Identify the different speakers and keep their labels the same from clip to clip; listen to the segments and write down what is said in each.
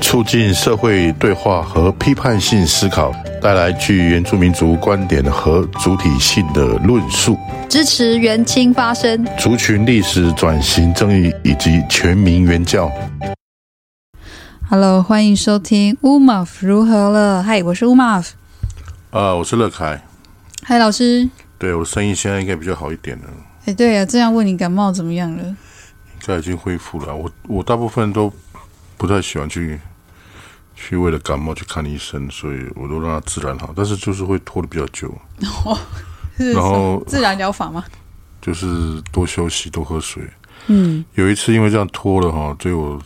Speaker 1: 促进社会对话和批判性思考，带来具原住民族观点和主体性的论述，
Speaker 2: 支持原青发声。
Speaker 1: 族群历史转型正义以及全民原教。
Speaker 2: Hello，欢迎收听《乌马夫如何了》。嗨，我是乌马夫。
Speaker 1: 啊，我是乐凯。
Speaker 2: 嗨，老师。
Speaker 1: 对我的声音现在应该比较好一点了，
Speaker 2: 哎，对呀、啊，这样问你感冒怎么样了？
Speaker 1: 应该已经恢复了。我我大部分都不太喜欢去去为了感冒去看医生，所以我都让它自然好，但是就是会拖得比较久。
Speaker 2: 是
Speaker 1: 然后
Speaker 2: 自然疗法吗？
Speaker 1: 就是多休息，多喝水。
Speaker 2: 嗯，
Speaker 1: 有一次因为这样拖了哈，所以我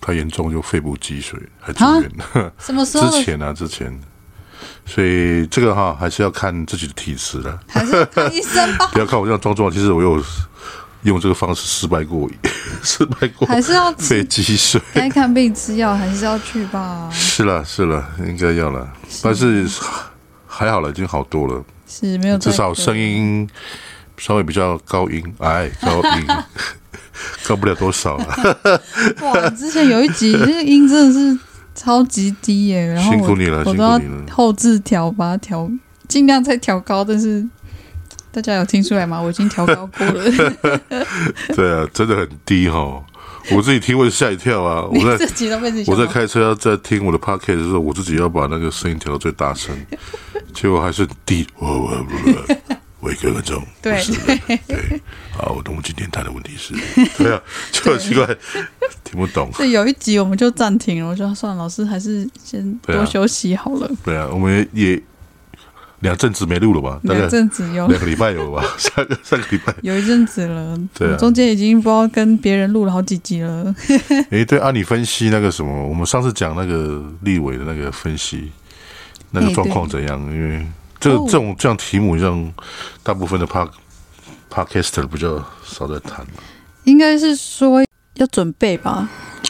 Speaker 1: 太严重就肺部积水，还住院 了。
Speaker 2: 什么时候
Speaker 1: 之前啊，之前，所以这个哈还是要看自己的体质了。
Speaker 2: 还是看医生 吧？
Speaker 1: 不要看我这样装装，其实我有用这个方式失败过， 失败过，
Speaker 2: 还是要
Speaker 1: 肺积水。
Speaker 2: 该看病吃药还是要去吧？
Speaker 1: 是了，是了，应该要了，但是还好了，已经好多了，
Speaker 2: 是没有
Speaker 1: 至
Speaker 2: 在
Speaker 1: 少
Speaker 2: 得
Speaker 1: 声音稍微比较高音，哎，高 音高不了多少了。
Speaker 2: 哇！之前有一集那个音真的是超级低耶，然后
Speaker 1: 辛
Speaker 2: 我
Speaker 1: 苦你了，
Speaker 2: 我都
Speaker 1: 辛苦
Speaker 2: 要
Speaker 1: 你 了。
Speaker 2: 后置调把它调，尽量再调高，但是大家有听出来吗？我已经调高过了，
Speaker 1: 对啊，真的很低哈，我自己听会吓一跳啊！
Speaker 2: 你
Speaker 1: 我
Speaker 2: 自
Speaker 1: 在
Speaker 2: 己都被自己哦
Speaker 1: 我在
Speaker 2: 调高
Speaker 1: 开车要在听我的 podcast 的时候，我自己要把那个声音调到最 大声，结果还是低。哦我我我 我一个人中，
Speaker 2: 对
Speaker 1: 不是的 对，好，我们今天谈的问题是，对啊，就很奇怪，听不懂。
Speaker 2: 对，有一集我们就暂停了，我就说算了，老师还是先
Speaker 1: 对
Speaker 2: 多
Speaker 1: 啊
Speaker 2: 休息好了，
Speaker 1: 对啊，我们也两阵子没录了吧？大概
Speaker 2: 两阵子有
Speaker 1: 两个礼拜有了吧？ 上个上个礼拜，
Speaker 2: 有一阵子了，
Speaker 1: 对啊
Speaker 2: 我中间已经不知道跟别人录了好几集了。
Speaker 1: 诶，对，啊按你分析那个什么，我们上次讲那个立委的那个分析，那个
Speaker 2: 诶
Speaker 1: 状况怎样？因为这个、
Speaker 2: 哦
Speaker 1: 这种这样题目，让大部分的 park podcaster 比较少在谈。
Speaker 2: 应该是说要准备吧。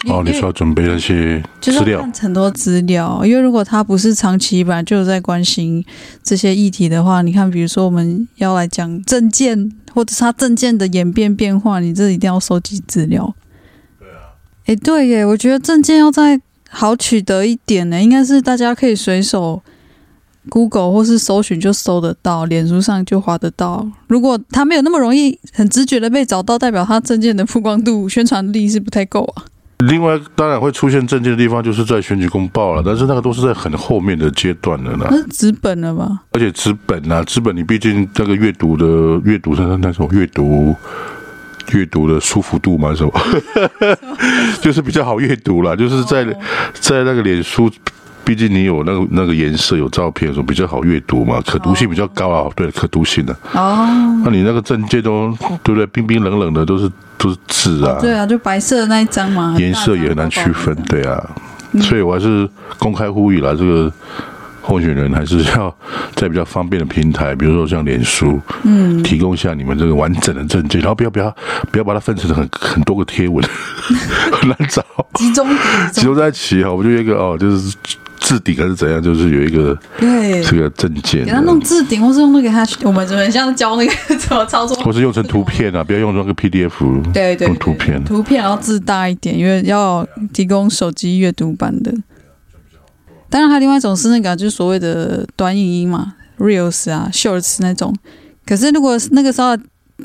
Speaker 1: 哦，
Speaker 2: 因
Speaker 1: 你
Speaker 2: 为
Speaker 1: 是要准备那些
Speaker 2: 就是要
Speaker 1: 资料
Speaker 2: 看很多资料，因为如果他不是长期本来就有在关心这些议题的话，你看，比如说我们要来讲证件，或者是他证件的演变变化，你这一定要收集资料。对啊，哎，对耶，我觉得证件要再好取得一点呢，应该是大家可以随手 Google 或是搜寻就搜得到，脸书上就划得到。如果他没有那么容易很直觉的被找到，代表他证件的曝光度、宣传力是不太够啊。
Speaker 1: 另外，当然会出现证件的地方，就是在选举公报了，但是那个都是在很后面的阶段了啦。
Speaker 2: 那是纸本了吧？
Speaker 1: 而且纸本啊，纸本你毕竟那个阅读的阅读那那种阅读阅读的舒服度嘛，是吧？就是比较好阅读啦，就是在、在那个脸书。毕竟你有那个那个颜色有照片，说比较好阅读嘛，可读性比较高啊。对，可读性的、
Speaker 2: 哦，
Speaker 1: 那你那个证件都对不对？冰冰冷冷的，都是都是字啊，
Speaker 2: 对啊，就白色的那一张嘛，
Speaker 1: 颜色也很难区分，对啊。
Speaker 2: 嗯
Speaker 1: 所以我还是公开呼吁啦，这个候选人还是要在比较方便的平台，比如说像脸书，嗯，提供一下你们这个完整的证件，然后不要不要不要把它分成很很多个贴文， 很难找，
Speaker 2: 集中集
Speaker 1: 集
Speaker 2: 中，
Speaker 1: 中在一起哈。我们就有一个哦，就是置顶还是怎样，就是有一个
Speaker 2: 对，
Speaker 1: 这个证件啊
Speaker 2: 给，他弄置顶，或是用那个 hash，我们怎么像教那个怎么操作？
Speaker 1: 或是用成图片啊，不要用那个 PDF，
Speaker 2: 对对
Speaker 1: 用
Speaker 2: 对，
Speaker 1: 图片。
Speaker 2: 图片然后字大一点，因为要提供手机阅读版的。当然，还有另外一种是那个啊、就是所谓的短影音嘛，reels 啊、shorts 那种。可是如果是那个时候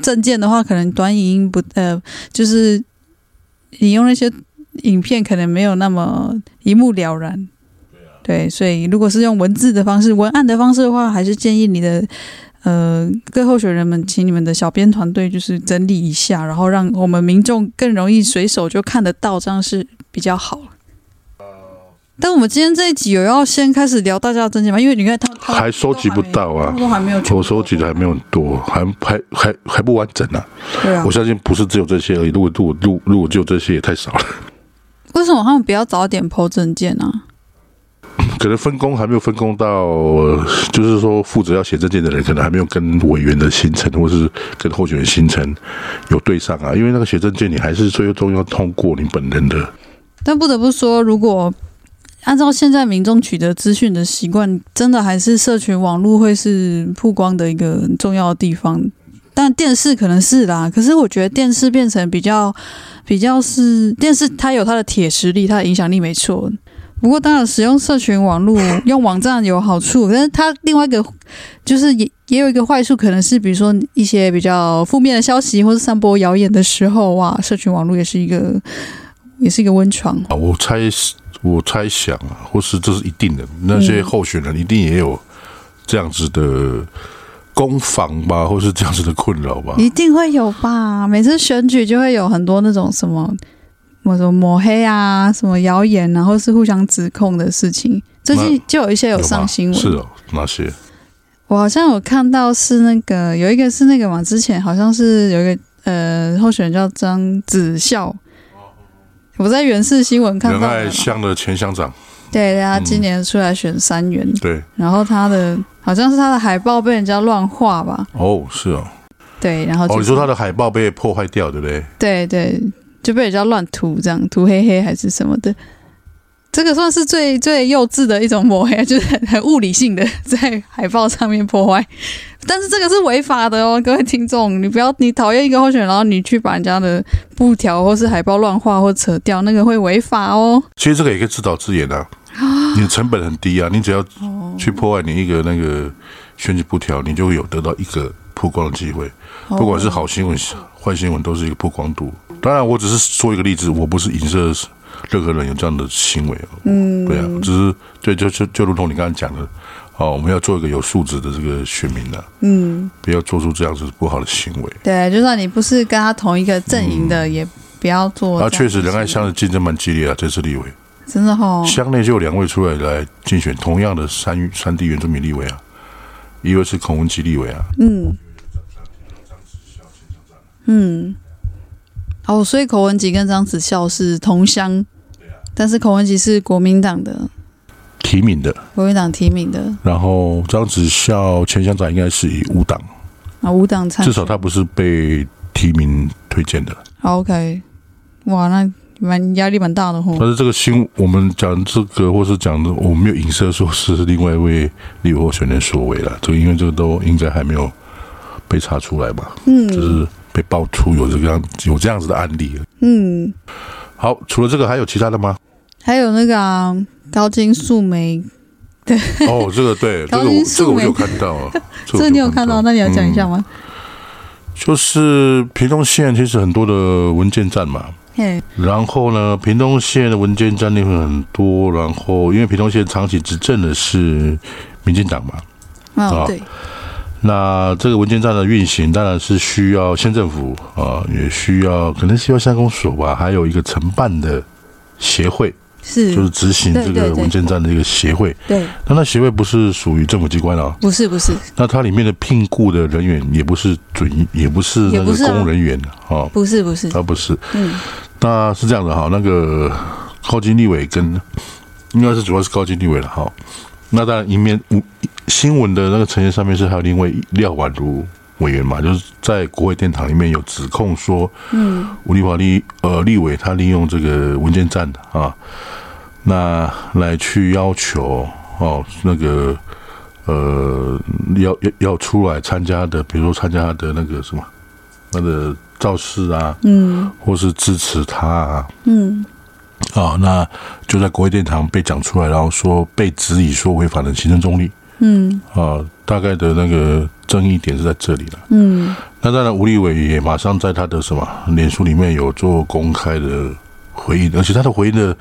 Speaker 2: 证件的话，可能短影音不呃，就是你用那些影片可能没有那么一目了然。对，所以如果是用文字的方式、文案的方式的话，还是建议你的呃，各候选人们，请你们的小编团队就是整理一下，然后让我们民众更容易随手就看得到，这样是比较好。但我们今天这一集有要先开始聊大家的证件吗？因为你看他他
Speaker 1: 还收集不到啊
Speaker 2: 他们都还没有全部，
Speaker 1: 我收集的还没有很多，还还还还不完整呢、啊。
Speaker 2: 对啊
Speaker 1: 我，相信不是只有这些而已，如果如果如果如果只有这些也太少了。
Speaker 2: 为什么他们不要早点剖证件呢、啊？
Speaker 1: 可能分工还没有分工到，呃就是说负责要写证件的人，可能还没有跟委员的行程或是跟候选人行程有对上啊。因为那个写证件，你还是最终要通过你本人的。
Speaker 2: 但不得不说，如果按照现在民众取得资讯的习惯，真的还是社群网络会是曝光的一个很重要的地方。但电视可能是啦，可是我觉得电视变成比较比较是电视，它有它的铁实力，它的影响力没错。不过当然，使用社群网络、用网站有好处，但是它另外一个就是也也有一个坏处，可能是比如说一些比较负面的消息或是散播谣言的时候，哇，社群网络也是一个也是一个温床。
Speaker 1: 啊，我猜，我猜想，啊，或是这是一定的，那些候选人一定也有这样子的攻防吧，或是这样子的困扰吧。
Speaker 2: 一定会有吧？每次选举就会有很多那种什么什么抹黑啊、什么谣言啊，然后是互相指控的事情。最近就有一些有
Speaker 1: 吗
Speaker 2: 上新闻，
Speaker 1: 是哦，哪些？
Speaker 2: 我好像有看到是那个有一个是那个嘛，之前好像是有一个呃候选人叫张子孝，我在原视新闻看
Speaker 1: 仁
Speaker 2: 到的
Speaker 1: 爱
Speaker 2: 嘛，
Speaker 1: 乡的前乡长，
Speaker 2: 对，他
Speaker 1: 嗯
Speaker 2: 今年出来选三元，
Speaker 1: 对，
Speaker 2: 然后他的好像是他的海报被人家乱画吧，
Speaker 1: 哦，是哦，
Speaker 2: 对，然后就
Speaker 1: 哦，
Speaker 2: 是
Speaker 1: 你说他的海报被破坏掉，对不对？
Speaker 2: 对对，就被人家乱涂这样涂黑黑还是什么的，这个算是最最幼稚的一种抹黑，啊就是很很物理性的在海报上面破坏。但是这个是违法的哦， 各位听众，你不要你讨厌一个候选人，然后你去把人家的布条或是海报乱画或扯掉，那个会违法哦。
Speaker 1: 其实这个也可以自导自演啊，你的成本很低啊，你只要
Speaker 2: 哦
Speaker 1: 去破坏你一个那个选举布条，你就会有得到一个曝光的机会。
Speaker 2: 哦
Speaker 1: 哦不管是好新闻、坏新闻，都是一个曝光度。当然，我只是说一个例子，我不是影射任何人有这样的行为。嗯，对啊，只是对，就就就如同你刚才讲的，哦，我们要做一个有素质的这个选民啊，
Speaker 2: 嗯。
Speaker 1: 不要做出这样子不好的行为。
Speaker 2: 对，就算你不是跟他同一个阵营的，也不要做这样的事。
Speaker 1: 然嗯啊后确实，仁爱乡的竞争蛮激烈啊，这次立委，
Speaker 2: 真的哦，
Speaker 1: 乡内就有两位出来来竞选同样的山山地原住民立委啊，一位是孔文吉立委啊，
Speaker 2: 嗯，嗯，哦，所以口文吉跟张子孝是同乡，但是口文吉是国民党的，
Speaker 1: 提名的，
Speaker 2: 国民党提名的
Speaker 1: 然后张子孝前乡长应该是以无党，
Speaker 2: 啊，无党参
Speaker 1: 至
Speaker 2: 选。
Speaker 1: 少他不是被提名推荐的。
Speaker 2: 好啊 OK，哇，那蛮压力蛮大的吼。
Speaker 1: 但是这个新，我们讲这个，或是讲的，我没有影射说是另外一位立委候选人所为了，这个因为这个都应该还没有被查出来吧，就
Speaker 2: 嗯
Speaker 1: 是被爆出有这个样有这样子的案例。
Speaker 2: 嗯，
Speaker 1: 好，除了这个还有其他的吗？
Speaker 2: 还有那个啊，高金素梅，
Speaker 1: 哦，这个对，
Speaker 2: 高
Speaker 1: 这个
Speaker 2: 金
Speaker 1: 我
Speaker 2: 素
Speaker 1: 这个我
Speaker 2: 梅
Speaker 1: 就看到 了，这
Speaker 2: 这
Speaker 1: 个我
Speaker 2: 你
Speaker 1: 就嗯
Speaker 2: 有看到？那你要讲一下吗？
Speaker 1: 就是屏东县其实很多的文件站嘛，
Speaker 2: 嘿，
Speaker 1: 然后呢，屏东县的文件战力会很多，然后因为屏东县长期执政的是民进党嘛，
Speaker 2: 哦
Speaker 1: 好
Speaker 2: 对，
Speaker 1: 那这个文件站的运行当然是需要县政府啊、也需要可能需要乡公所吧，还有一个承办的协会，
Speaker 2: 是
Speaker 1: 就是执行
Speaker 2: 嗯对
Speaker 1: 这
Speaker 2: 对
Speaker 1: 个
Speaker 2: 对
Speaker 1: 文件站的一个协会。
Speaker 2: 对，
Speaker 1: 那那协会不是属于政府机关啊，
Speaker 2: 不是不是
Speaker 1: 那它里面的聘雇的人员也不是准，也不是那
Speaker 2: 也不
Speaker 1: 个
Speaker 2: 是啊
Speaker 1: 公务人员啊，
Speaker 2: 不是不是，
Speaker 1: 它不是。
Speaker 2: 嗯
Speaker 1: 那是这样的哈，那个高金立委跟应该是主要是高金立委了哈。那当然，一面五新闻的那个呈现上面是还有另外廖婉如委员嘛，就是在国会殿堂里面有指控说
Speaker 2: 嗯
Speaker 1: 吴立华立呃立委他利用这个文件站啊，那来去要求哦那个呃要要要出来参加的，比如说参加他的那个什么那个造势啊，
Speaker 2: 嗯
Speaker 1: 或是支持他啊，
Speaker 2: 嗯，
Speaker 1: 啊，那就在国会殿堂被讲出来，然后说被质疑说违反了行政中立
Speaker 2: 嗯
Speaker 1: 啊，大概的那个争议点是在这里了。
Speaker 2: 嗯
Speaker 1: 那当然，吴立伟也马上在他的什么脸书里面有做公开的回应，而且他的回应的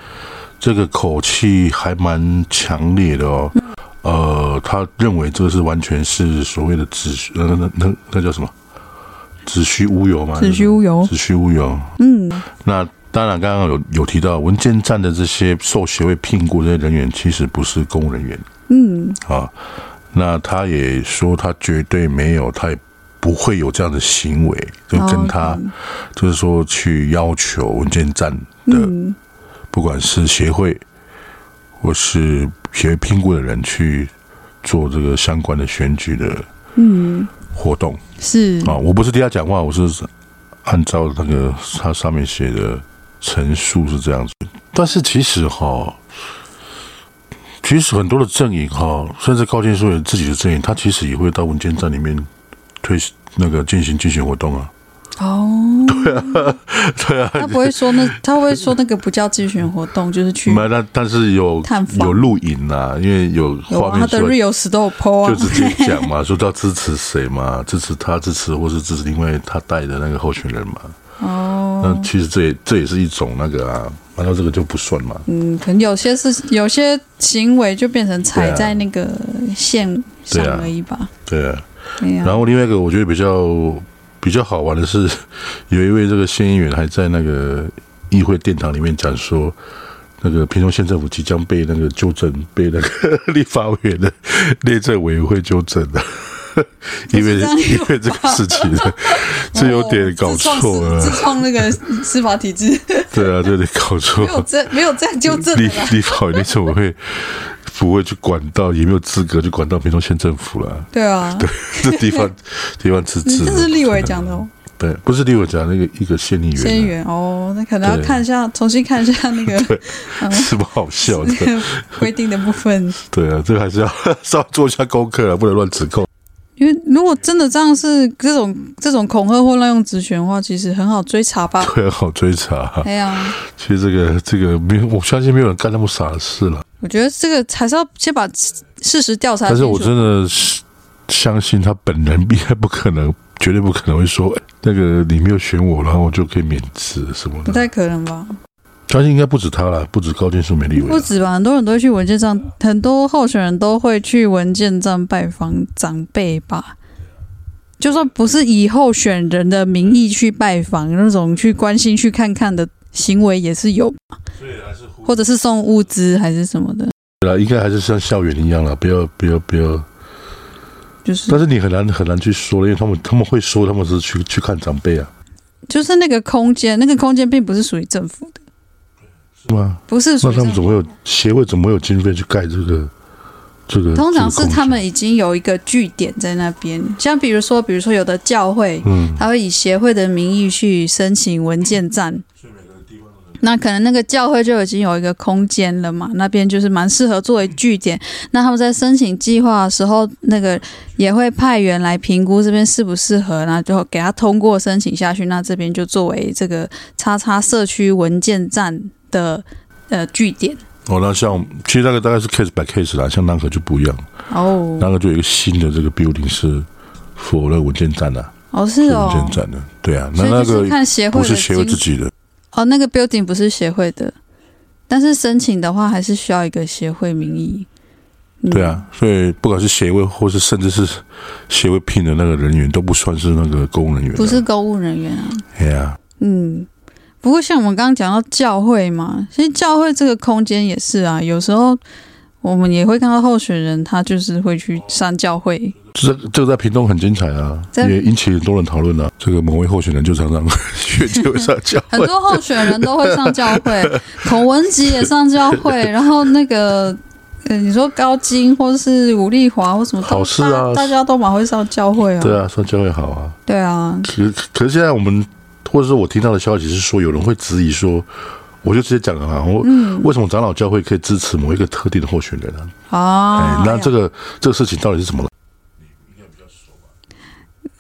Speaker 1: 这个口气还蛮强烈的哦。
Speaker 2: 嗯
Speaker 1: 呃，他认为这是完全是所谓的子虚呃那那那那叫什么子虚乌有嘛？
Speaker 2: 子虚乌有
Speaker 1: 子虚乌有。
Speaker 2: 嗯
Speaker 1: 那当然，刚刚有有提到文件站的这些受协会聘雇这些人员，其实不是公务人员
Speaker 2: 嗯
Speaker 1: 啊。那他也说，他绝对没有，他也不会有这样的行为，就跟他、
Speaker 2: 哦
Speaker 1: 就是说呃去要求文件站的，
Speaker 2: 嗯
Speaker 1: 不管是协会或是协会聘雇的人去做这个相关的选举的
Speaker 2: 嗯，
Speaker 1: 活动
Speaker 2: 是
Speaker 1: 啊。我不是替他讲话，我是按照那个他上面写的陈述是这样子。但是其实哈，其实很多的阵营哈，甚至高建书有自己的阵营，他其实也会到文件站里面推那个进行竞选活动啊。
Speaker 2: 哦，
Speaker 1: 对啊，
Speaker 2: 他不会说那，他会不会说那个不叫竞选活动，就是去
Speaker 1: 没但但是有
Speaker 2: 探访
Speaker 1: 有录影啊，因为有
Speaker 2: 有
Speaker 1: 画
Speaker 2: 啊，
Speaker 1: 面
Speaker 2: 他
Speaker 1: 出
Speaker 2: 的
Speaker 1: 来
Speaker 2: reels 都有 PO
Speaker 1: 就
Speaker 2: 啊，
Speaker 1: 直接讲嘛，说他支持谁嘛，支持他，支持或是支持另外他带的那个候选人嘛。
Speaker 2: 哦，
Speaker 1: 那其实这也这也是一种那个啊，难道这个就不算嘛？
Speaker 2: 嗯，可能有些是有些行为就变成踩
Speaker 1: 对啊
Speaker 2: 在那个线上
Speaker 1: 对啊
Speaker 2: 而已吧。
Speaker 1: 对啊。
Speaker 2: 对呀、
Speaker 1: 然后另外一个我觉得比较比较好玩的是， 有一位这个县议员还在那个议会殿堂里面讲说。那个屏东县政府即将被那个纠正，被那个 立法委员的内政委员会纠正的，因为
Speaker 2: 不是这样
Speaker 1: 因为这个 事情，这有点搞错
Speaker 2: 哦自
Speaker 1: 了，
Speaker 2: 创自自创那个司法体 制，
Speaker 1: 对啊，这有点搞错
Speaker 2: 没。有这没有这样纠正的
Speaker 1: 立
Speaker 2: 啦。
Speaker 1: 立法委员内政委员会不会去管到，也没有资格去管到屏东县政府了，
Speaker 2: 对啊，
Speaker 1: 这 地方地方自治。
Speaker 2: 这是立委讲的哦，
Speaker 1: 对，不是立委讲那个一个县议员、啊，
Speaker 2: 先员哦，那可能要
Speaker 1: 对
Speaker 2: 看一下，重新看一下那 个
Speaker 1: 是不好笑的
Speaker 2: 那。个 规定的部分。
Speaker 1: 对啊，这个还是要稍微做一下功课啊，不能乱指控。
Speaker 2: 因为如果真的这样是这种这种恐吓或滥用职权的话，其实很好追查 吧。
Speaker 1: 对啊，好追查。
Speaker 2: 哎呀，
Speaker 1: 其实这个这个没有，我相信没有人干那么傻的事了。
Speaker 2: 我觉得这个还是要先把事实调查
Speaker 1: 但
Speaker 2: 清
Speaker 1: 是
Speaker 2: 楚。啊
Speaker 1: 我真的是相信他本人应该不可能，绝对不可能会说哎那个你没有选我，然后我就可以免职什么
Speaker 2: 不
Speaker 1: 的。
Speaker 2: 太可能吧？
Speaker 1: 相信应该不止他了，不止高建树没立委
Speaker 2: 不
Speaker 1: 啦，
Speaker 2: 止吧，很多人都会去文件站，很多候选人都会去文件站拜访长辈吧。就算不是以候选人的名义去拜访，那种去关心、去看看的行为也是有，或者是送物资还是什么的，
Speaker 1: 对啦，应该还是像校园一样了，不要不要不要。
Speaker 2: 就是
Speaker 1: 但是你很难很难去说，因为他们他们会说他们是去去看长辈啊，
Speaker 2: 就是那个空间，那个空间并不是属于政府的，
Speaker 1: 是吗？
Speaker 2: 不是属
Speaker 1: 那
Speaker 2: 于
Speaker 1: 他
Speaker 2: 政
Speaker 1: 们
Speaker 2: 府
Speaker 1: 怎。么会有协会怎么会有经费去盖这个这个？
Speaker 2: 通常
Speaker 1: 这
Speaker 2: 是
Speaker 1: 个空
Speaker 2: 他
Speaker 1: 间
Speaker 2: 们已经有一个据点在那边，像比如说，比如说有的教会，
Speaker 1: 嗯
Speaker 2: 他会以协会的名义去申请文件站。那可能那个教会就已经有一个空间了嘛，那边就是蛮适合作为据点。那他们在申请计划的时候，那个也会派员来评估这边适不适合，然后就给他通过申请下去。那这边就作为这个叉叉社区文件站的呃据点
Speaker 1: 哦，那像其实那个大概是 case by case 啦，像那个就不一样，
Speaker 2: 哦
Speaker 1: 那个就有一个新的这个 building 是 for 那个文件站的、啊，
Speaker 2: 哦是
Speaker 1: 文
Speaker 2: 哦
Speaker 1: 件，站的，对啊，那
Speaker 2: 所以
Speaker 1: 那
Speaker 2: 就是
Speaker 1: 个
Speaker 2: 看协会
Speaker 1: 不
Speaker 2: 的
Speaker 1: 是协会
Speaker 2: 经
Speaker 1: 自己的，
Speaker 2: 哦，那个 building 不是协会的，但是申请的话还是需要一个协会名义。嗯
Speaker 1: 对，啊，所以不管是协会或是甚至是协会聘的那个人员都不算是那个公务人员、啊，
Speaker 2: 不是，公务人员啊。
Speaker 1: 哎呀、
Speaker 2: 嗯，不过像我们刚刚讲到教会嘛，其实教会这个空间也是啊，有时候我们也会看到候选人他就是会去上教会，
Speaker 1: 这这个在屏东很精彩啊，
Speaker 2: 在
Speaker 1: 也引起很多人讨论啊。这个某位候选人就常常 去就上教
Speaker 2: 很
Speaker 1: 会，
Speaker 2: 多候选人都会上教会，孔文吉也上教 会，然后那个。呃，你说高金或是吴丽华或什么，
Speaker 1: 好事啊
Speaker 2: 大大家都蛮会上教会啊，
Speaker 1: 对啊，上教会好啊。
Speaker 2: 对啊，
Speaker 1: 可可是现在我们，或者是我听到的消息是说，有人会质疑说，我就直接讲了啊，我、
Speaker 2: 嗯
Speaker 1: 为什么长老教会可以支持某一个特定的候选人啊？
Speaker 2: 啊
Speaker 1: 哎，，那这个这个事情到底是怎么了？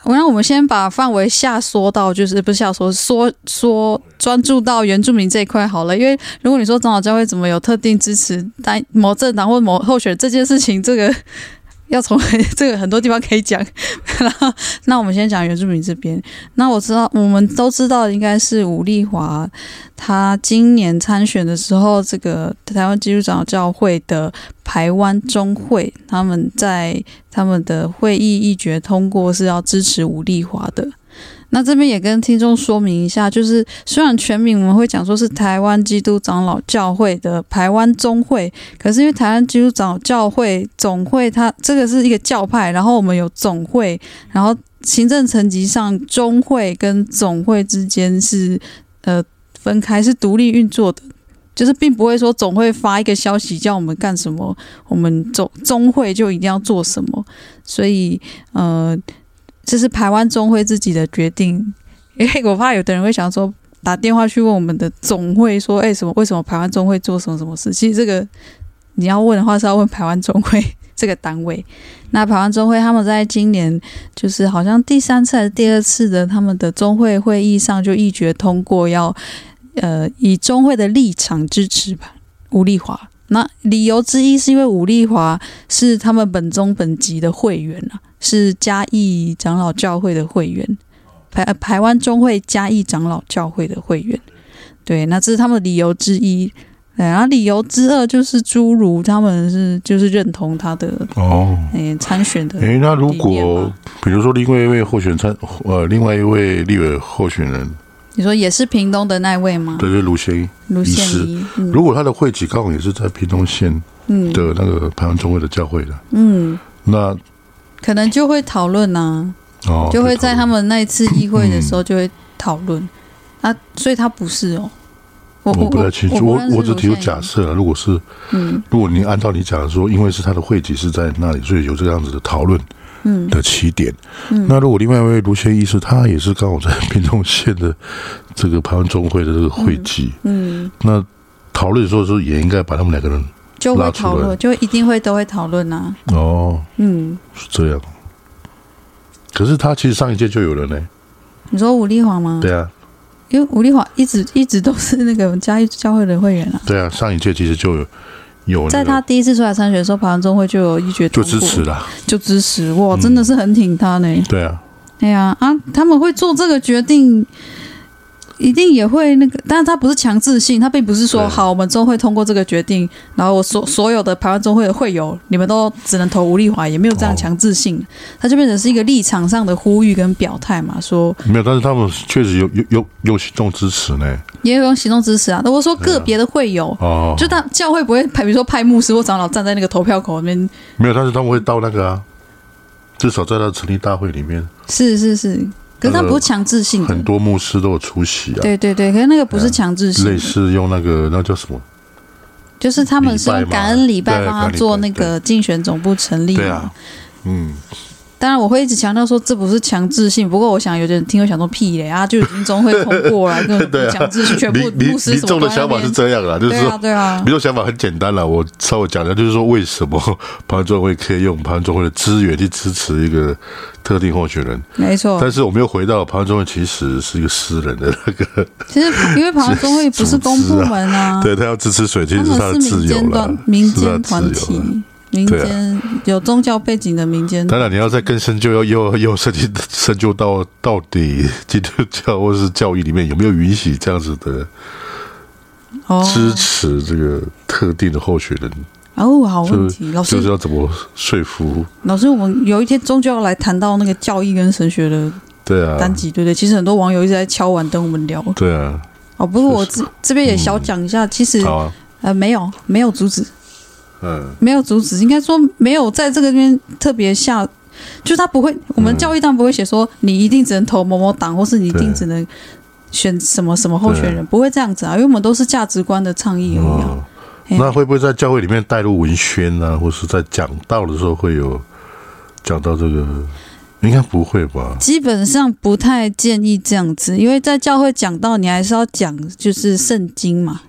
Speaker 2: 我让我们先把范围下缩到，就是不是下缩，缩缩专注到原住民这一块好了。因为如果你说长老教会怎么有特定支持单某政党或某候选人这件事情，这个要从 这个很多地方可以讲。 然后，那我们先讲原住民这边。那我知道，我们都知道，应该是吴丽华她今年参选的时候，这个台湾基督长老教会的台湾中会，他们在他们的会议议决通过是要支持吴丽华的。那这边也跟听众说明一下，就是虽然全名我们会讲说是台湾基督长老教会的台湾中会，可是因为台湾基督长老教会总会它这个是一个教派，然后我们有总会，然后行政层级上中会跟总会之间是呃分开，是独立运作的。就是并不会说总会发一个消息叫我们干什么，我们总中会就一定要做什么，所以呃，这是台湾中会自己的决定， 因为我怕有的人会想说。打电话去问我们的总会说，哎、什么？为什么台湾中会做什么什么事？其实这个你要问的话是要问台湾中会 这个单位。那台湾中会他们在今年就是好像第三次还是第二次的他们的中会会议上就议决通过要，呃，以中会的立场支持吧吴丽华。那理由之一是因为吴丽华是他们本宗本籍的会员啊，是嘉义长老教会的会员，台呃台湾中会嘉义长老教会的会员。对，那这是他们的理由之一。对然后理由之二就是诸如他们是就是认同他的
Speaker 1: 哦，
Speaker 2: 诶、参选的
Speaker 1: 诶，哎那如
Speaker 2: 理念
Speaker 1: 果
Speaker 2: 吧
Speaker 1: 比如说另外一位候选参呃另外一位立委候选人，
Speaker 2: 你说也是屏东的那位吗？
Speaker 1: 对对卢先一，
Speaker 2: 卢
Speaker 1: 医
Speaker 2: 宪
Speaker 1: 师
Speaker 2: 仪。嗯
Speaker 1: 如果他的会籍刚好也是在屏东县
Speaker 2: 嗯
Speaker 1: 的那个台湾中会的教会的，
Speaker 2: 嗯，
Speaker 1: 那
Speaker 2: 可能就会讨论啊，
Speaker 1: 哦
Speaker 2: 就会在他
Speaker 1: 们
Speaker 2: 们那一次议会的时候就会讨论、啊，所以他不是哦。我
Speaker 1: 嗯我不太清楚，
Speaker 2: 我不
Speaker 1: 我
Speaker 2: 认识
Speaker 1: 我只提出
Speaker 2: 卢宪仪
Speaker 1: 假设了。如果是
Speaker 2: 嗯
Speaker 1: 如果你按照你讲的说，因为是他的会籍是在那里，所以有这样子的讨论
Speaker 2: 嗯
Speaker 1: 的起点。
Speaker 2: 嗯，
Speaker 1: 那如果另外一位卢先医师，他也是刚好在屏东县的这个台湾中会的这个会籍，
Speaker 2: 嗯，
Speaker 1: 那讨论的时候是也应该把他们两个人
Speaker 2: 就
Speaker 1: 拉
Speaker 2: 会
Speaker 1: 出
Speaker 2: 讨
Speaker 1: 来
Speaker 2: 论，就一定会都会讨论啊。
Speaker 1: 哦
Speaker 2: 嗯，
Speaker 1: 是这样。可是他其实上一届就有了呢，
Speaker 2: 你说武丽华吗？
Speaker 1: 对啊，
Speaker 2: 因为武丽华一直一直都是那个嘉义教会的会员啊，
Speaker 1: 对啊，上一届其实就有有、那个
Speaker 2: 在他第一次出来参选的时候，台湾中会就有一决
Speaker 1: 就
Speaker 2: 通过
Speaker 1: 支持啦，
Speaker 2: 就支持，哇，
Speaker 1: 嗯
Speaker 2: 真的是很挺他呢。
Speaker 1: 对啊，
Speaker 2: 哎呀啊，他们会做这个决定，一定也会那个，但是他不是强制性，他并不是说
Speaker 1: 对
Speaker 2: 好，我们中会通过这个决定，然后我所所有的台湾中会的会友，你们都只能投吴立华，也没有这样
Speaker 1: 哦
Speaker 2: 强制性，他就变成是一个立场上的呼吁跟表态嘛，说
Speaker 1: 没有，但是他们确实有有有有行动支持呢，
Speaker 2: 也有用行动支持啊。如果说个别的会友。
Speaker 1: 哦，
Speaker 2: 就他教会不会派，比如说派牧师或长老站在那个投票口那边，
Speaker 1: 没有，但是他们会到那个啊，至少在他的成立大会里面，
Speaker 2: 是是是，可是他不是强制性的
Speaker 1: 呃很，多牧师都有出席啊，
Speaker 2: 嗯对对对，可是那个不是强制性的
Speaker 1: 类，似用那个那叫什么？
Speaker 2: 就是他们是用
Speaker 1: 礼拜嘛
Speaker 2: 感恩礼拜
Speaker 1: 对
Speaker 2: 帮
Speaker 1: 感
Speaker 2: 他
Speaker 1: 恩礼
Speaker 2: 做
Speaker 1: 拜
Speaker 2: 那个竞选总部成立嘛。
Speaker 1: 对啊，嗯，
Speaker 2: 当然我会一直强调说这不是强制性，不过我想有的人听会想说屁嘞啊，就已经中会通过 了，根本不
Speaker 1: 对
Speaker 2: 是
Speaker 1: 啊
Speaker 2: 强制性，全部
Speaker 1: 民民
Speaker 2: 牧师
Speaker 1: 民
Speaker 2: 什么
Speaker 1: 众
Speaker 2: 都
Speaker 1: 的
Speaker 2: 在那
Speaker 1: 想法是
Speaker 2: 边。
Speaker 1: 这样啦，就是
Speaker 2: 对啊，
Speaker 1: 说。
Speaker 2: 对啊
Speaker 1: 民，众想法很简单了，我稍微讲一下，就是说为什 么盘中会可以用盘中会的资源去支持一个特定候选人，
Speaker 2: 没错。
Speaker 1: 但是我们又回到盘中会其实是一个私人的那个，
Speaker 2: 其实因为旁中会不是公部门啊，
Speaker 1: 对他要支持水晶
Speaker 2: 他
Speaker 1: 是
Speaker 2: 们
Speaker 1: 他的
Speaker 2: 是民
Speaker 1: 自由
Speaker 2: 间
Speaker 1: 了
Speaker 2: 团，民
Speaker 1: 是他
Speaker 2: 间
Speaker 1: 的
Speaker 2: 团
Speaker 1: 自
Speaker 2: 体
Speaker 1: 由啦。，
Speaker 2: 民
Speaker 1: 对啊
Speaker 2: 间有宗教背景的民间
Speaker 1: 当然，你要再更深究，要又又深究深究到到底基督教或是教义里面有没有允许这样子的
Speaker 2: 哦
Speaker 1: 支持这个特定的候选人，
Speaker 2: 哦，好问
Speaker 1: 就是
Speaker 2: 题，老
Speaker 1: 就是
Speaker 2: 师
Speaker 1: 要怎么说服？
Speaker 2: 老师，我们有一天终究要来谈到那个教义跟神学的
Speaker 1: 对啊，
Speaker 2: 单集，对不对？其实很多网友一直在敲碗等我们聊，
Speaker 1: 对啊，
Speaker 2: 哦，不过我
Speaker 1: 确实
Speaker 2: 这这边也小讲一下，其实
Speaker 1: 好啊，
Speaker 2: 呃没有没有阻止，
Speaker 1: 嗯，
Speaker 2: 没有阻止，应该说没有在这个边特别下，就是他不会，我们教育党不会写说你一定只能投某某党，或是你一定
Speaker 1: 对
Speaker 2: 只能选什么什么候选人，不会这样子啊，因为我们都是价值观的倡议而已啊。
Speaker 1: 哦，
Speaker 2: 哎呀
Speaker 1: 那会不会在教会里面带入文宣啊，或是在讲道的时候会有讲到这个？应该不会吧？
Speaker 2: 基本上不太建议这样子，因为在教会讲到，你还是要讲就是圣经嘛，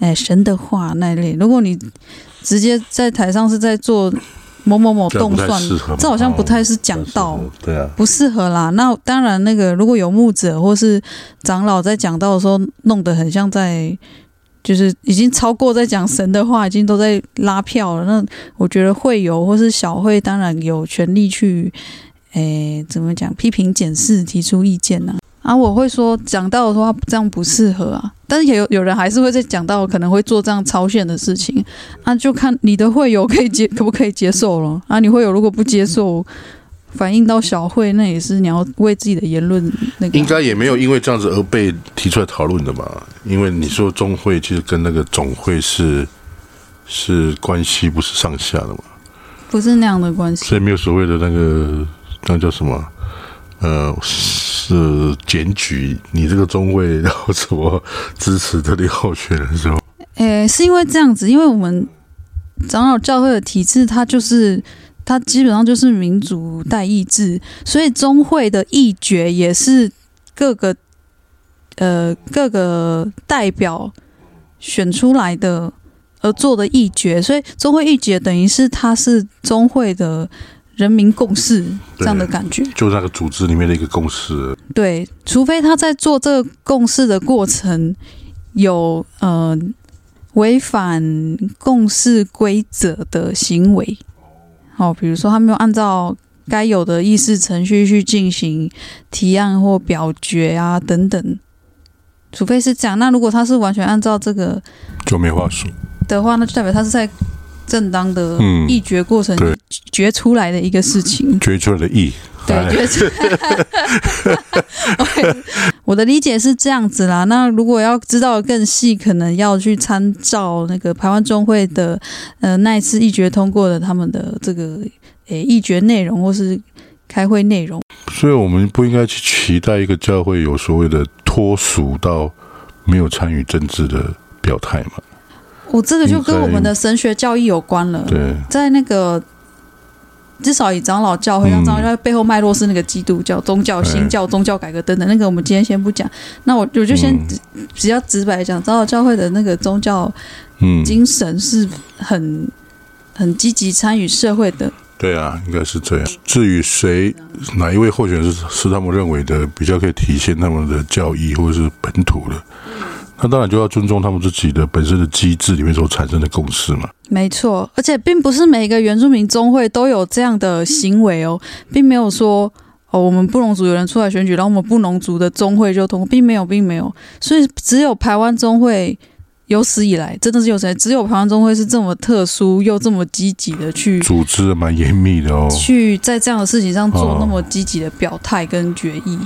Speaker 2: 哎，神的话那一类。如果你直接在台上是在做某某某
Speaker 1: 这样
Speaker 2: 动
Speaker 1: 不太
Speaker 2: 算
Speaker 1: 适合嘛，
Speaker 2: 这好像不太是讲道
Speaker 1: 哦，对啊，
Speaker 2: 不适合啦。那当然，那个如果有牧者或是长老在讲道的时候，弄得很像在，就是已经超过在讲神的话，已经都在拉票了。那我觉得会有或是小会，当然有权利去，诶，怎么讲，批评、检视、提出意见呐、啊。我会说讲道的话这样不适合啊，但是也有有人还是会在讲道可能会做这样超限的事情，那、就看你的会友可以接可不可以接受咯。啊，你会友如果不接受，反映到小会，那也是你要为自己的言论那个。
Speaker 1: 应该也没有因为这样子而被提出来讨论的吧？因为你说中会其实跟那个总会是是关系不是上下的嘛，
Speaker 2: 不是那样的关系。
Speaker 1: 所以没有所谓的那个那叫什么呃 是检举你这个中会然后怎么支持这里候选人的时候，
Speaker 2: 诶，是因为这样子，因为我们长老教会的体制，它就是它基本上就是民主代议制，所以中会的议决也是各个呃各个代表选出来的而做的议决，所以中会议决等于是它是中会的人民共识这样的感觉。
Speaker 1: 就那个组织里面的一个共识，
Speaker 2: 对，除非他在做这个共识的过程有呃违反共识规则的行为，好、比如说他没有按照该有的议事程序去进行提案或表决啊等等，除非是这样。那如果他是完全按照这个
Speaker 1: 就没话说。
Speaker 2: 的话，那就代表他是在正当的
Speaker 1: 嗯
Speaker 2: 议决过程
Speaker 1: 对
Speaker 2: 决出来的一个事情。
Speaker 1: 决出来的意，
Speaker 2: 对，
Speaker 1: 哎
Speaker 2: 就是。OK，我的理解是这样子啦。那如果要知道得更细，可能要去参照那个台湾中会的呃那一次议决通过的他们的这个诶议决内容或是开会内容。
Speaker 1: 所以我们不应该去期待一个教会有所谓的脱俗到没有参与政治的表态嘛？
Speaker 2: 我、这个就跟我们的神学教义有关了，
Speaker 1: 嗯对，
Speaker 2: 在那个。至少以长老教会，让
Speaker 1: 嗯
Speaker 2: 长老教会背后脉络是那个基督教、宗教、
Speaker 1: 哎
Speaker 2: 新教、宗教改革等等，那个我们今天先不讲。那我我就先
Speaker 1: 嗯
Speaker 2: 比较直白地讲，长老教会的那个宗教
Speaker 1: 嗯，
Speaker 2: 精神是很很积极参与社会的。
Speaker 1: 对啊，应该是这样。至于谁哪一位候选人是是他们认为的比较可以体现他们的教义或者是本土的，
Speaker 2: 嗯
Speaker 1: 那当然就要尊重他们自己的本身的机制里面所产生的共识嘛。
Speaker 2: 没错，而且并不是每一个原住民宗会都有这样的行为哦，并没有说哦，我们布农族有人出来选举，然后我们布农族的宗会就通过，并没有，并没有，所以只有台湾宗会有史以来真的是有史以来，只有台湾宗会是这么特殊又这么积极的去
Speaker 1: 组织得蛮严密的哦。
Speaker 2: 去在这样的事情上做
Speaker 1: 哦
Speaker 2: 那么积极的表态跟决议。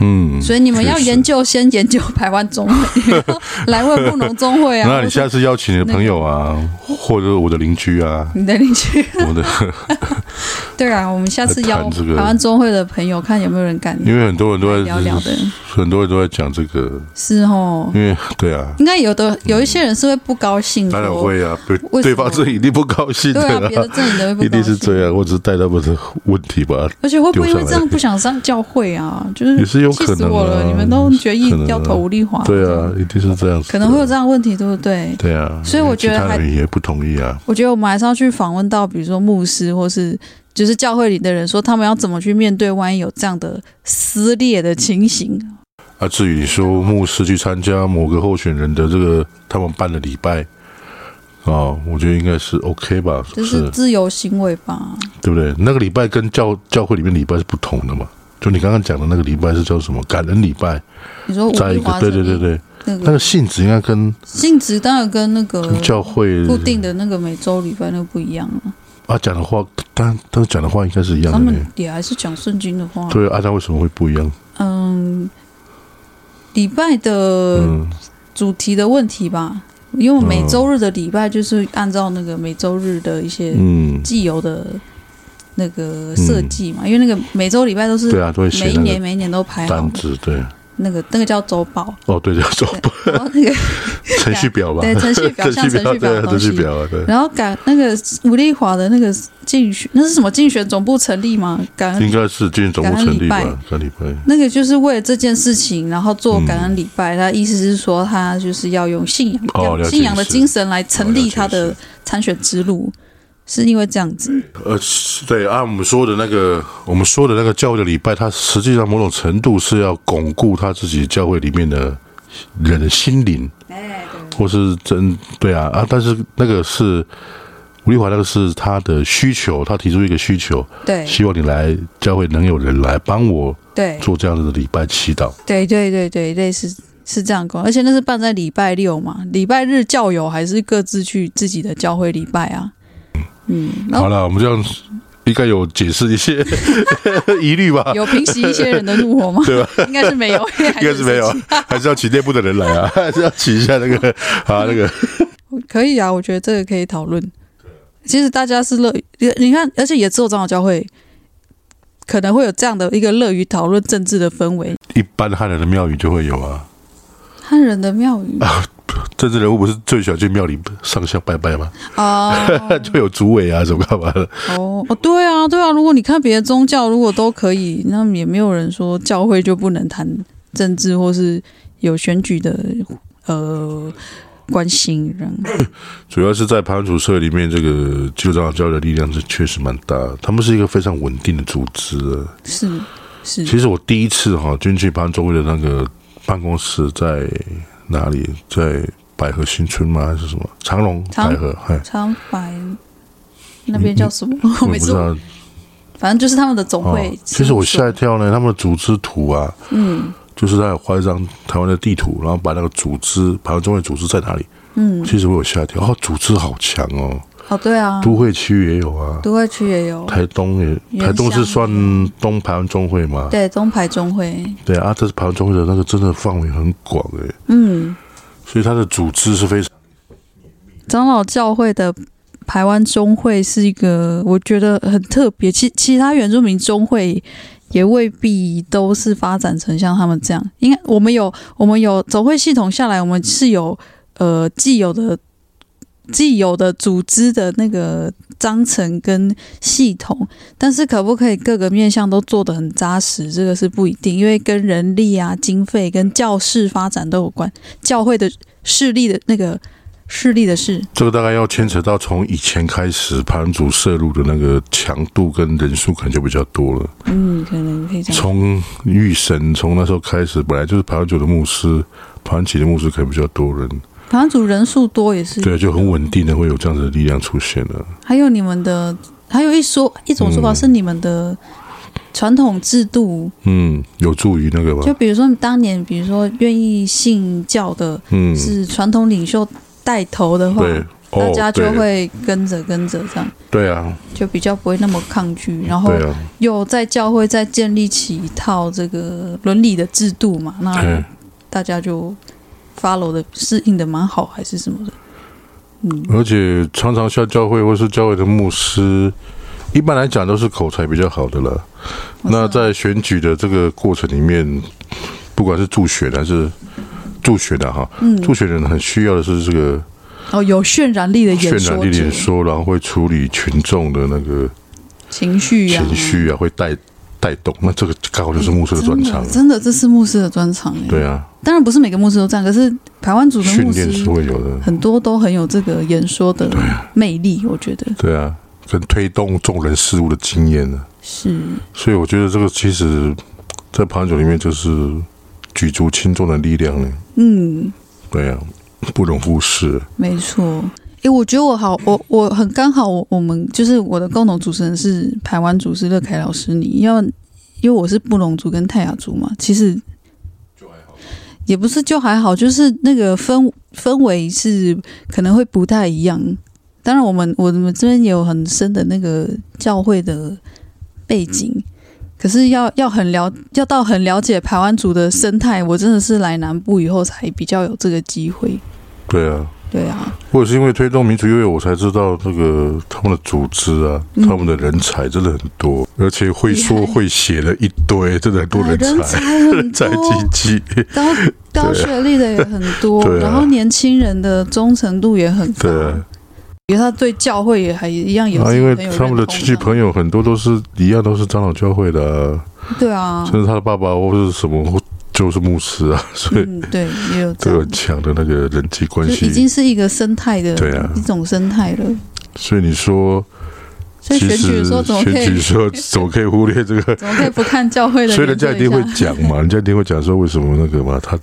Speaker 1: 嗯，
Speaker 2: 所以你们要
Speaker 1: 确实
Speaker 2: 研究，先研究台湾中会， 然后来问布农中会啊。
Speaker 1: 那你
Speaker 2: 或是
Speaker 1: 下次邀请你的朋友啊，或者我的邻 居啊，
Speaker 2: 你的邻 居，
Speaker 1: 我的，
Speaker 2: 对啊，我们下次邀
Speaker 1: 谈这个
Speaker 2: 台湾中会的朋友，看有没有人敢
Speaker 1: 因为很多人都在
Speaker 2: 聊聊的，
Speaker 1: 很多人都在讲这个，
Speaker 2: 是哦。
Speaker 1: 因为对啊，
Speaker 2: 应该有的有一些人是会不高兴的
Speaker 1: 当然
Speaker 2: 哦，
Speaker 1: 会啊，对
Speaker 2: 为什
Speaker 1: 对
Speaker 2: 么
Speaker 1: 方这一定不高兴
Speaker 2: 对啊，
Speaker 1: 的
Speaker 2: 别的
Speaker 1: 啦，
Speaker 2: 阵营的会不高兴，
Speaker 1: 一定是这样，我只是带他们的问题吧，
Speaker 2: 而且会不会因为
Speaker 1: 丢上来
Speaker 2: 这样不想上教会啊？就是
Speaker 1: 也是有可
Speaker 2: 气死
Speaker 1: 能
Speaker 2: 我
Speaker 1: 啊
Speaker 2: 了，你们都决议
Speaker 1: 可能啊
Speaker 2: 要投吴立华，
Speaker 1: 对啊，，一定是这样子的，
Speaker 2: 可能会有这样的问题，对不对？
Speaker 1: 对啊，
Speaker 2: 所以我觉得
Speaker 1: 因为其他
Speaker 2: 还
Speaker 1: 人也不同意啊，
Speaker 2: 我觉得我们还是要去访问到，比如说牧师或是就是教会里的人，说他们要怎么去面对，万一有这样的撕裂的情形。
Speaker 1: 啊，至于你说牧师去参加某个候选人的这个他们办的礼拜。哦，我觉得应该是 OK 吧，是
Speaker 2: 就
Speaker 1: 不
Speaker 2: 是
Speaker 1: 是？
Speaker 2: 自由行为吧，
Speaker 1: 对不对？那个礼拜跟教教会里面礼拜是不同的嘛。就你刚刚讲的那个礼拜是叫什么？感恩礼拜，
Speaker 2: 你说吴
Speaker 1: 再
Speaker 2: 丽
Speaker 1: 一个，
Speaker 2: 华
Speaker 1: 对对对
Speaker 2: 这里
Speaker 1: 对，那
Speaker 2: 那
Speaker 1: 个
Speaker 2: 个
Speaker 1: 性质应该跟
Speaker 2: 性质当然跟那个
Speaker 1: 教会
Speaker 2: 嗯固定的那个每周礼拜那个不一样啊，
Speaker 1: 啊讲的话，当当讲的话应该是一
Speaker 2: 他
Speaker 1: 样的
Speaker 2: 们
Speaker 1: 呢。
Speaker 2: 也还是讲圣经的话，
Speaker 1: 对，啊，那为什么会不一样？
Speaker 2: 嗯，礼拜的
Speaker 1: 嗯，
Speaker 2: 主题的问题吧，因为我每周日的礼拜就是按照那个每周日的一些
Speaker 1: 嗯，
Speaker 2: 既有的那个设计嘛，因为那个每周礼拜都是
Speaker 1: 对啊，都会
Speaker 2: 每
Speaker 1: 写
Speaker 2: 一
Speaker 1: 那
Speaker 2: 年
Speaker 1: 个
Speaker 2: 每一年都排好
Speaker 1: 单，子，对，
Speaker 2: 那个那个叫周 报，
Speaker 1: 哦，对，叫做
Speaker 2: 然后那个
Speaker 1: 程序表吧，
Speaker 2: 对程序表像
Speaker 1: 程序
Speaker 2: 程
Speaker 1: 表，
Speaker 2: 序表
Speaker 1: 对，
Speaker 2: 的东
Speaker 1: 程
Speaker 2: 西
Speaker 1: 序表啊，对，
Speaker 2: 然后感那个吴丽华的那个竞选，那是什么竞选总部成立吗？感
Speaker 1: 应
Speaker 2: 恩
Speaker 1: 该是今天总部成立吧
Speaker 2: 感恩礼，
Speaker 1: 这礼拜，
Speaker 2: 那个就是为了这件事情，然后做
Speaker 1: 嗯
Speaker 2: 感恩礼拜。他意思是说，他就是要用信仰、
Speaker 1: 哦了解
Speaker 2: 信仰的
Speaker 1: 是
Speaker 2: 精神来成
Speaker 1: 哦了
Speaker 2: 立
Speaker 1: 解
Speaker 2: 他的
Speaker 1: 是
Speaker 2: 参选之路，是因为这样子。
Speaker 1: 呃，对，按、啊、我们说的那个，我们说的那个教会的礼拜，它实际上某种程度是要巩固他自己教会里面的人的心灵，
Speaker 2: 哎
Speaker 1: 或是真对啊啊，但是那个是吴丽华那个是他的需求，他提出一个需求，
Speaker 2: 对
Speaker 1: 希望你来教会能有人来帮我
Speaker 2: 对
Speaker 1: 做这样子的礼拜祈祷，
Speaker 2: 对对对对，类似是这样讲，而且那是办在礼拜六嘛，礼拜日教友还是各自去自己的教会礼拜啊。嗯，然
Speaker 1: 好
Speaker 2: 后
Speaker 1: 了，我们这样应该有解释一些 疑虑吧？
Speaker 2: 有平息一些人的怒火吗？
Speaker 1: 啊 对吧？
Speaker 2: 应该是没有， 应
Speaker 1: 应该是没有，还是要请内部的人来啊，还是要请一下那个啊那个。
Speaker 2: 可以啊，我觉得这个可以讨论。其实大家是乐于，你你看，而且也只有长老教会可能会有这样的一个乐于讨论政治的氛围。
Speaker 1: 一般汉人的庙宇就会有啊，
Speaker 2: 汉人的庙宇，
Speaker 1: 政治人物不是最喜欢去庙里上香拜拜吗？
Speaker 2: 啊，
Speaker 1: 就有主委啊，什么干嘛的？
Speaker 2: 哦哦，对啊，对啊。如果你看别的宗教，如果都可以，那也没有人说教会就不能谈政治或是有选举的呃关心人。
Speaker 1: 主要是在盘主社里面，这个基督长老教会的力量是确实蛮大的，他们是一个非常稳定的组织啊。
Speaker 2: 是是，
Speaker 1: 其实我第一次哈进去潘周的那个办公室在哪里？在百合新村吗？还是什么长隆
Speaker 2: 长
Speaker 1: 百合？哎，
Speaker 2: 长白那边叫什么？我
Speaker 1: 我
Speaker 2: 每
Speaker 1: 不
Speaker 2: 次
Speaker 1: 知道。
Speaker 2: 反正就是他们的总
Speaker 1: 哦
Speaker 2: 会。，
Speaker 1: 其实我吓一跳呢，他们的组织图啊，
Speaker 2: 嗯
Speaker 1: 就是他有画一张台湾的地图，然后把那个组织，台湾中的组织在哪里？
Speaker 2: 嗯，
Speaker 1: 其实我有吓一跳，哦，组织好强哦，
Speaker 2: 哦对啊，
Speaker 1: 都会区也有啊，
Speaker 2: 都会区也有，
Speaker 1: 台东也，
Speaker 2: 原乡
Speaker 1: 台东是算东台湾中会吗？
Speaker 2: 对东牌中会，
Speaker 1: 对啊，这是台湾中会的那个真的范围很广诶，
Speaker 2: 嗯，
Speaker 1: 所以它的组织是非常
Speaker 2: 长老教会的台湾中会是一个我觉得很特别，其其他原住民中会也未必都是发展成像他们这样。应该我们有我们有总会系统下来，我们是有呃既有的既有的组织的那个章程跟系统，但是可不可以各个面向都做得很扎实，这个是不一定，因为跟人力啊、经费跟教室发展都有关，教会的势力的那个势力的事。
Speaker 1: 这个大概要牵扯到从以前开始，盘主摄入的那个强度跟人数可能就比较多了。
Speaker 2: 嗯，可能可以这样。
Speaker 1: 从御神从那时候开始，本来就是盘主的牧师，盘起的牧师可能比较多人，
Speaker 2: 反正组人数多也是。
Speaker 1: 对，啊就很稳定的会有这样子的力量出现啊了。
Speaker 2: 还有你们的，还有一说一种说法
Speaker 1: 嗯
Speaker 2: 是你们的传统制度，
Speaker 1: 嗯，有助于那个吧
Speaker 2: 就，比如说当年，比如说愿意信教的
Speaker 1: 嗯，
Speaker 2: 是传统领袖带头的话，
Speaker 1: 对，
Speaker 2: 大
Speaker 1: 哦，
Speaker 2: 家就
Speaker 1: 对，
Speaker 2: 会跟着跟着这样。
Speaker 1: 对啊，
Speaker 2: 就比较不会那么抗拒，然后
Speaker 1: 对啊，
Speaker 2: 又在教会再建立起一套这个伦理的制度嘛，那
Speaker 1: 哎，
Speaker 2: 大家就 follow 的适应的蛮好，还是什么的，嗯，
Speaker 1: 而且常常像教会或是教会的牧师，一般来讲都是口才比较好的了。
Speaker 2: 我
Speaker 1: 那
Speaker 2: 知道
Speaker 1: 在选举的这个过程里面，不管是助选还是助选的、哈，
Speaker 2: 嗯
Speaker 1: 助选人很需要的是这个
Speaker 2: 哦，有渲染力的演
Speaker 1: 渲染
Speaker 2: 说
Speaker 1: 力
Speaker 2: 者
Speaker 1: 演说，然后会处理群众的那个
Speaker 2: 情绪呀、
Speaker 1: 情绪啊，会带带动。那这个刚好就是牧师的专长
Speaker 2: 真，的，真的这是牧师的专长哎。
Speaker 1: 对啊，
Speaker 2: 当然不是每个牧师都这样，可是台湾组的
Speaker 1: 训
Speaker 2: 牧
Speaker 1: 练是
Speaker 2: 师
Speaker 1: 会啊有的，
Speaker 2: 很多都很有这个演说的魅力，我觉得
Speaker 1: 对啊，跟推动众人事物的经验啊呢、
Speaker 2: 是
Speaker 1: 所以我觉得这个其实，在盘酒里面就是举足轻重的力量呢。
Speaker 2: 嗯，
Speaker 1: 对啊，不容忽视。
Speaker 2: 没错。诶，我觉得我好，我我很刚好我，我们就是我的共同主持人是台湾主持乐凯老师你，要因为我是布农族跟泰雅族嘛，其实也不是就还好，就是那个氛氛围是可能会不太一样。当然，我们我们这边也有很深的那个教会的背景，可是要要很了要到很了解台湾族的生态，我真的是来南部以后才比较有这个机会。
Speaker 1: 对啊，
Speaker 2: 对啊，
Speaker 1: 我也是因为推动民主音乐，我才知道那个他们的组织啊，
Speaker 2: 嗯
Speaker 1: 他们的人才真的很多，而且会说
Speaker 2: 厉害
Speaker 1: 会写的一堆，真的很多
Speaker 2: 啊
Speaker 1: 人
Speaker 2: 人
Speaker 1: 才，
Speaker 2: 才 很
Speaker 1: 才
Speaker 2: 多，
Speaker 1: 济济。
Speaker 2: 高 高学历的也很多，
Speaker 1: 啊对啊
Speaker 2: 然后年轻人的忠诚度也很高，
Speaker 1: 对啊，
Speaker 2: 因为他对教会也还一样有
Speaker 1: 啊，
Speaker 2: 自己
Speaker 1: 因为
Speaker 2: 很有
Speaker 1: 他们的
Speaker 2: 认
Speaker 1: 亲
Speaker 2: 同
Speaker 1: 戚
Speaker 2: 感
Speaker 1: 朋友很多都是一样，都是长老教会的、啊，
Speaker 2: 对 啊，
Speaker 1: 甚至他的爸爸或是什么，或就是牧师啊，所以
Speaker 2: 嗯，对，也有这
Speaker 1: 都有
Speaker 2: 样
Speaker 1: 很，强的那个人际关
Speaker 2: 就已
Speaker 1: 系。
Speaker 2: 经是一个生态的
Speaker 1: 对啊
Speaker 2: 一种生态了。
Speaker 1: 所以你说，
Speaker 2: 所以
Speaker 1: 其
Speaker 2: 选举
Speaker 1: 实
Speaker 2: 的时候怎么
Speaker 1: 选
Speaker 2: 可
Speaker 1: 举
Speaker 2: 以
Speaker 1: 的时 候怎么可以忽略这个
Speaker 2: 怎么可以不看教 会的？
Speaker 1: 所以人家一定会讲嘛，人家一定会讲说为什么那个嘛，他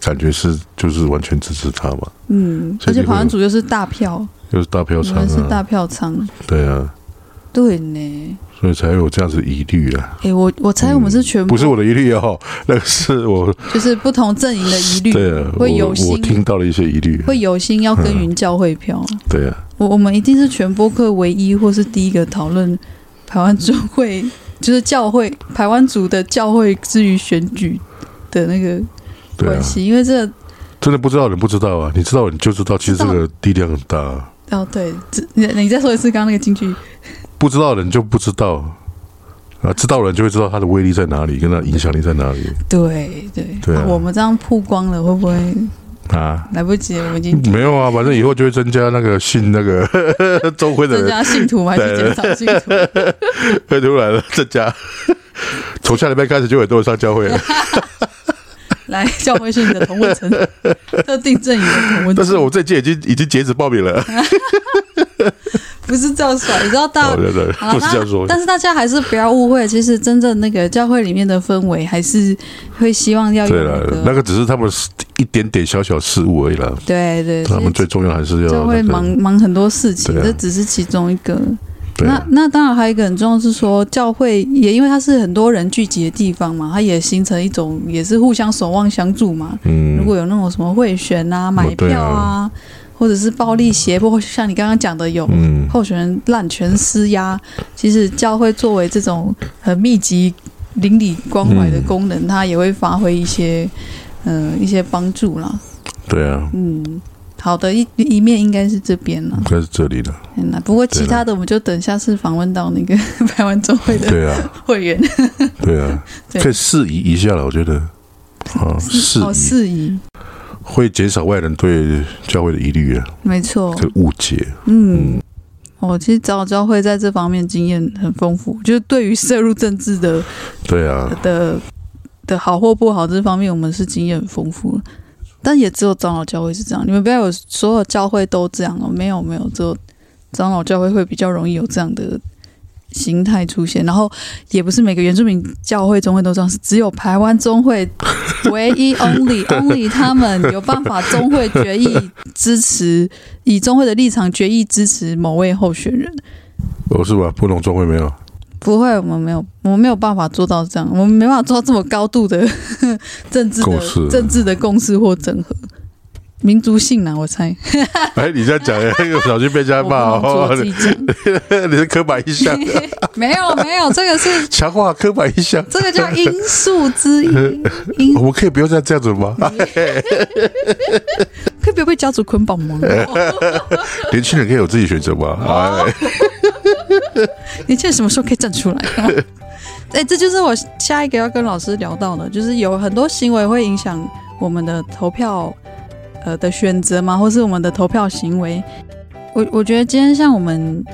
Speaker 1: 感觉是就是完全支持他嘛，
Speaker 2: 嗯，而且跑完组又是大票，
Speaker 1: 又是大票
Speaker 2: 你
Speaker 1: 仓
Speaker 2: 们是
Speaker 1: 啊，
Speaker 2: 大票仓，
Speaker 1: 对啊，
Speaker 2: 对呢。
Speaker 1: 所以才有这样子疑虑啊。
Speaker 2: 诶，我我猜我们是全部
Speaker 1: 不是我的疑虑哦， 那个是我
Speaker 2: 就是不同阵营的疑虑，
Speaker 1: 对啊，我
Speaker 2: 会有心
Speaker 1: 我听到了一些疑虑，
Speaker 2: 会有心要耕
Speaker 1: 嗯
Speaker 2: 耘教会票。
Speaker 1: 对啊，
Speaker 2: 我我们一定是全播客唯一或是第一个讨论台湾主会， 就是教会台湾族的教会之于选举的那个
Speaker 1: 对啊
Speaker 2: 关，系，因为这
Speaker 1: 真的不知道你不知道啊，你知道你就知道，其实这个力量很大，
Speaker 2: 哦对，这你你再说一次刚刚那个金句，
Speaker 1: 不知道的人就不知道啊，知道的人就会知道它的威力在哪里，跟它的影响力在哪里，
Speaker 2: 对对，
Speaker 1: 对啊
Speaker 2: 我们这样曝光了会不会
Speaker 1: 啊，
Speaker 2: 来不及，我们已 经
Speaker 1: 没有啊，反正以后就会增加那个信 那个周辉的
Speaker 2: 增
Speaker 1: 人
Speaker 2: 加信徒吗还是减少信徒？
Speaker 1: 太突然了，增加。从下礼拜开始就有很多人上教会啊 了，
Speaker 2: 来，教会是你的同温层，特定阵营的同温层。
Speaker 1: 但是我这届已经已经截止报名了。
Speaker 2: 不是这样说，你知道大
Speaker 1: 哦，对对，
Speaker 2: 好啦
Speaker 1: 不是这样说
Speaker 2: 大。但是大家还是不要误会，其实真正那个教会里面的氛围，还是会希望要有
Speaker 1: 对
Speaker 2: 那
Speaker 1: 了
Speaker 2: 个，
Speaker 1: 那个只是他们一点点小小事误而已啦。
Speaker 2: 对对，
Speaker 1: 他们
Speaker 2: 其
Speaker 1: 最重要还是
Speaker 2: 实
Speaker 1: 要
Speaker 2: 教会
Speaker 1: 那个
Speaker 2: 忙忙很多事情，
Speaker 1: 对啊
Speaker 2: 这只是其中一个。
Speaker 1: 对啊
Speaker 2: 那那当然还有一个很重要的是说，教会也因为它是很多人聚集的地方嘛，它也形成一种也是互相守望相助嘛。如
Speaker 1: 嗯，
Speaker 2: 果有那种什么贿选啊、买
Speaker 1: 对
Speaker 2: 票
Speaker 1: 啊
Speaker 2: 啊，或者是暴力胁迫，或像你刚刚讲的有
Speaker 1: 嗯
Speaker 2: 候选人滥权施压，其实教会作为这种很密集邻里关怀的功能，它也会发挥一些嗯、呃一些帮助啦。
Speaker 1: 对啊，
Speaker 2: 嗯，好的一一面应该是这边啦
Speaker 1: 应。该是这里的。
Speaker 2: 嗯啦不过其他的我们就等下次访问到那个 百万周会的
Speaker 1: 对啊，
Speaker 2: 会员
Speaker 1: 对啊，
Speaker 2: 对
Speaker 1: 可以适宜一下了，我觉得啊，适
Speaker 2: 哦，
Speaker 1: 宜
Speaker 2: 事宜，
Speaker 1: 会减少外人对教会的疑虑啊，
Speaker 2: 没错，
Speaker 1: 这个误解。
Speaker 2: 嗯。我、其实早教会在这方面经验很丰富，就是对于涉入政治的
Speaker 1: 对啊，
Speaker 2: 的的好或不好这方面，我们是经验很丰富的，但也只有长老教会是这样。你们不要有所有教会都这样哦，没有没有，只有长老教会会比较容易有这样的形态出现。然后也不是每个原住民教会中会都这样，是只有台湾中会唯一 only only 他们有办法中会决议支持，以中会的立场决议支持某位候选人。
Speaker 1: 我是吧？不懂中会没有？
Speaker 2: 不会，我们没有，我们没有办法做到这样，我们没办法做到这么高度的 政治
Speaker 1: 共
Speaker 2: 的
Speaker 1: 识
Speaker 2: 政治的共识或整合。民族性呢、我猜，
Speaker 1: 哎，你这 样讲，哎又小心被人家
Speaker 2: 我不
Speaker 1: 骂
Speaker 2: 能
Speaker 1: 哦
Speaker 2: 做。自己讲，
Speaker 1: 你 是刻板 印象，
Speaker 2: 没有没有，这个 是
Speaker 1: 强化刻板印象。
Speaker 2: 这个叫因素之一，因
Speaker 1: 我们可以不用再这样子吗？
Speaker 2: 可以不要被家族捆绑 吗？
Speaker 1: 年轻人可以有自己选择吗？
Speaker 2: 啊
Speaker 1: 哎，
Speaker 2: 你现在什么时候可以站出来？ 哎、这就是我下一个要跟老师聊到的，就是有很多行为会影响我们的投票，呃的选择嘛，或是我们的投票行为。我我觉得今天像我们，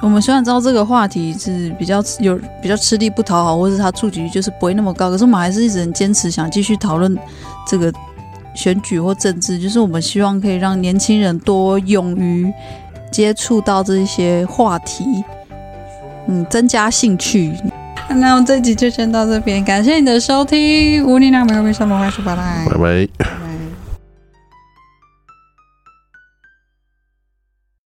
Speaker 2: 我们虽然知道这个话题是比较有比较吃力不讨好，或是它触及率就是不会那么高，可是我们还是一直很坚持想继续讨论这个选举或政治，就是我们希望可以让年轻人多勇于接触到这些话题，嗯，增加兴趣。那我们这集就先到这边，感谢你的收听，无力量没有悲伤，我是巴赖。
Speaker 1: 拜拜。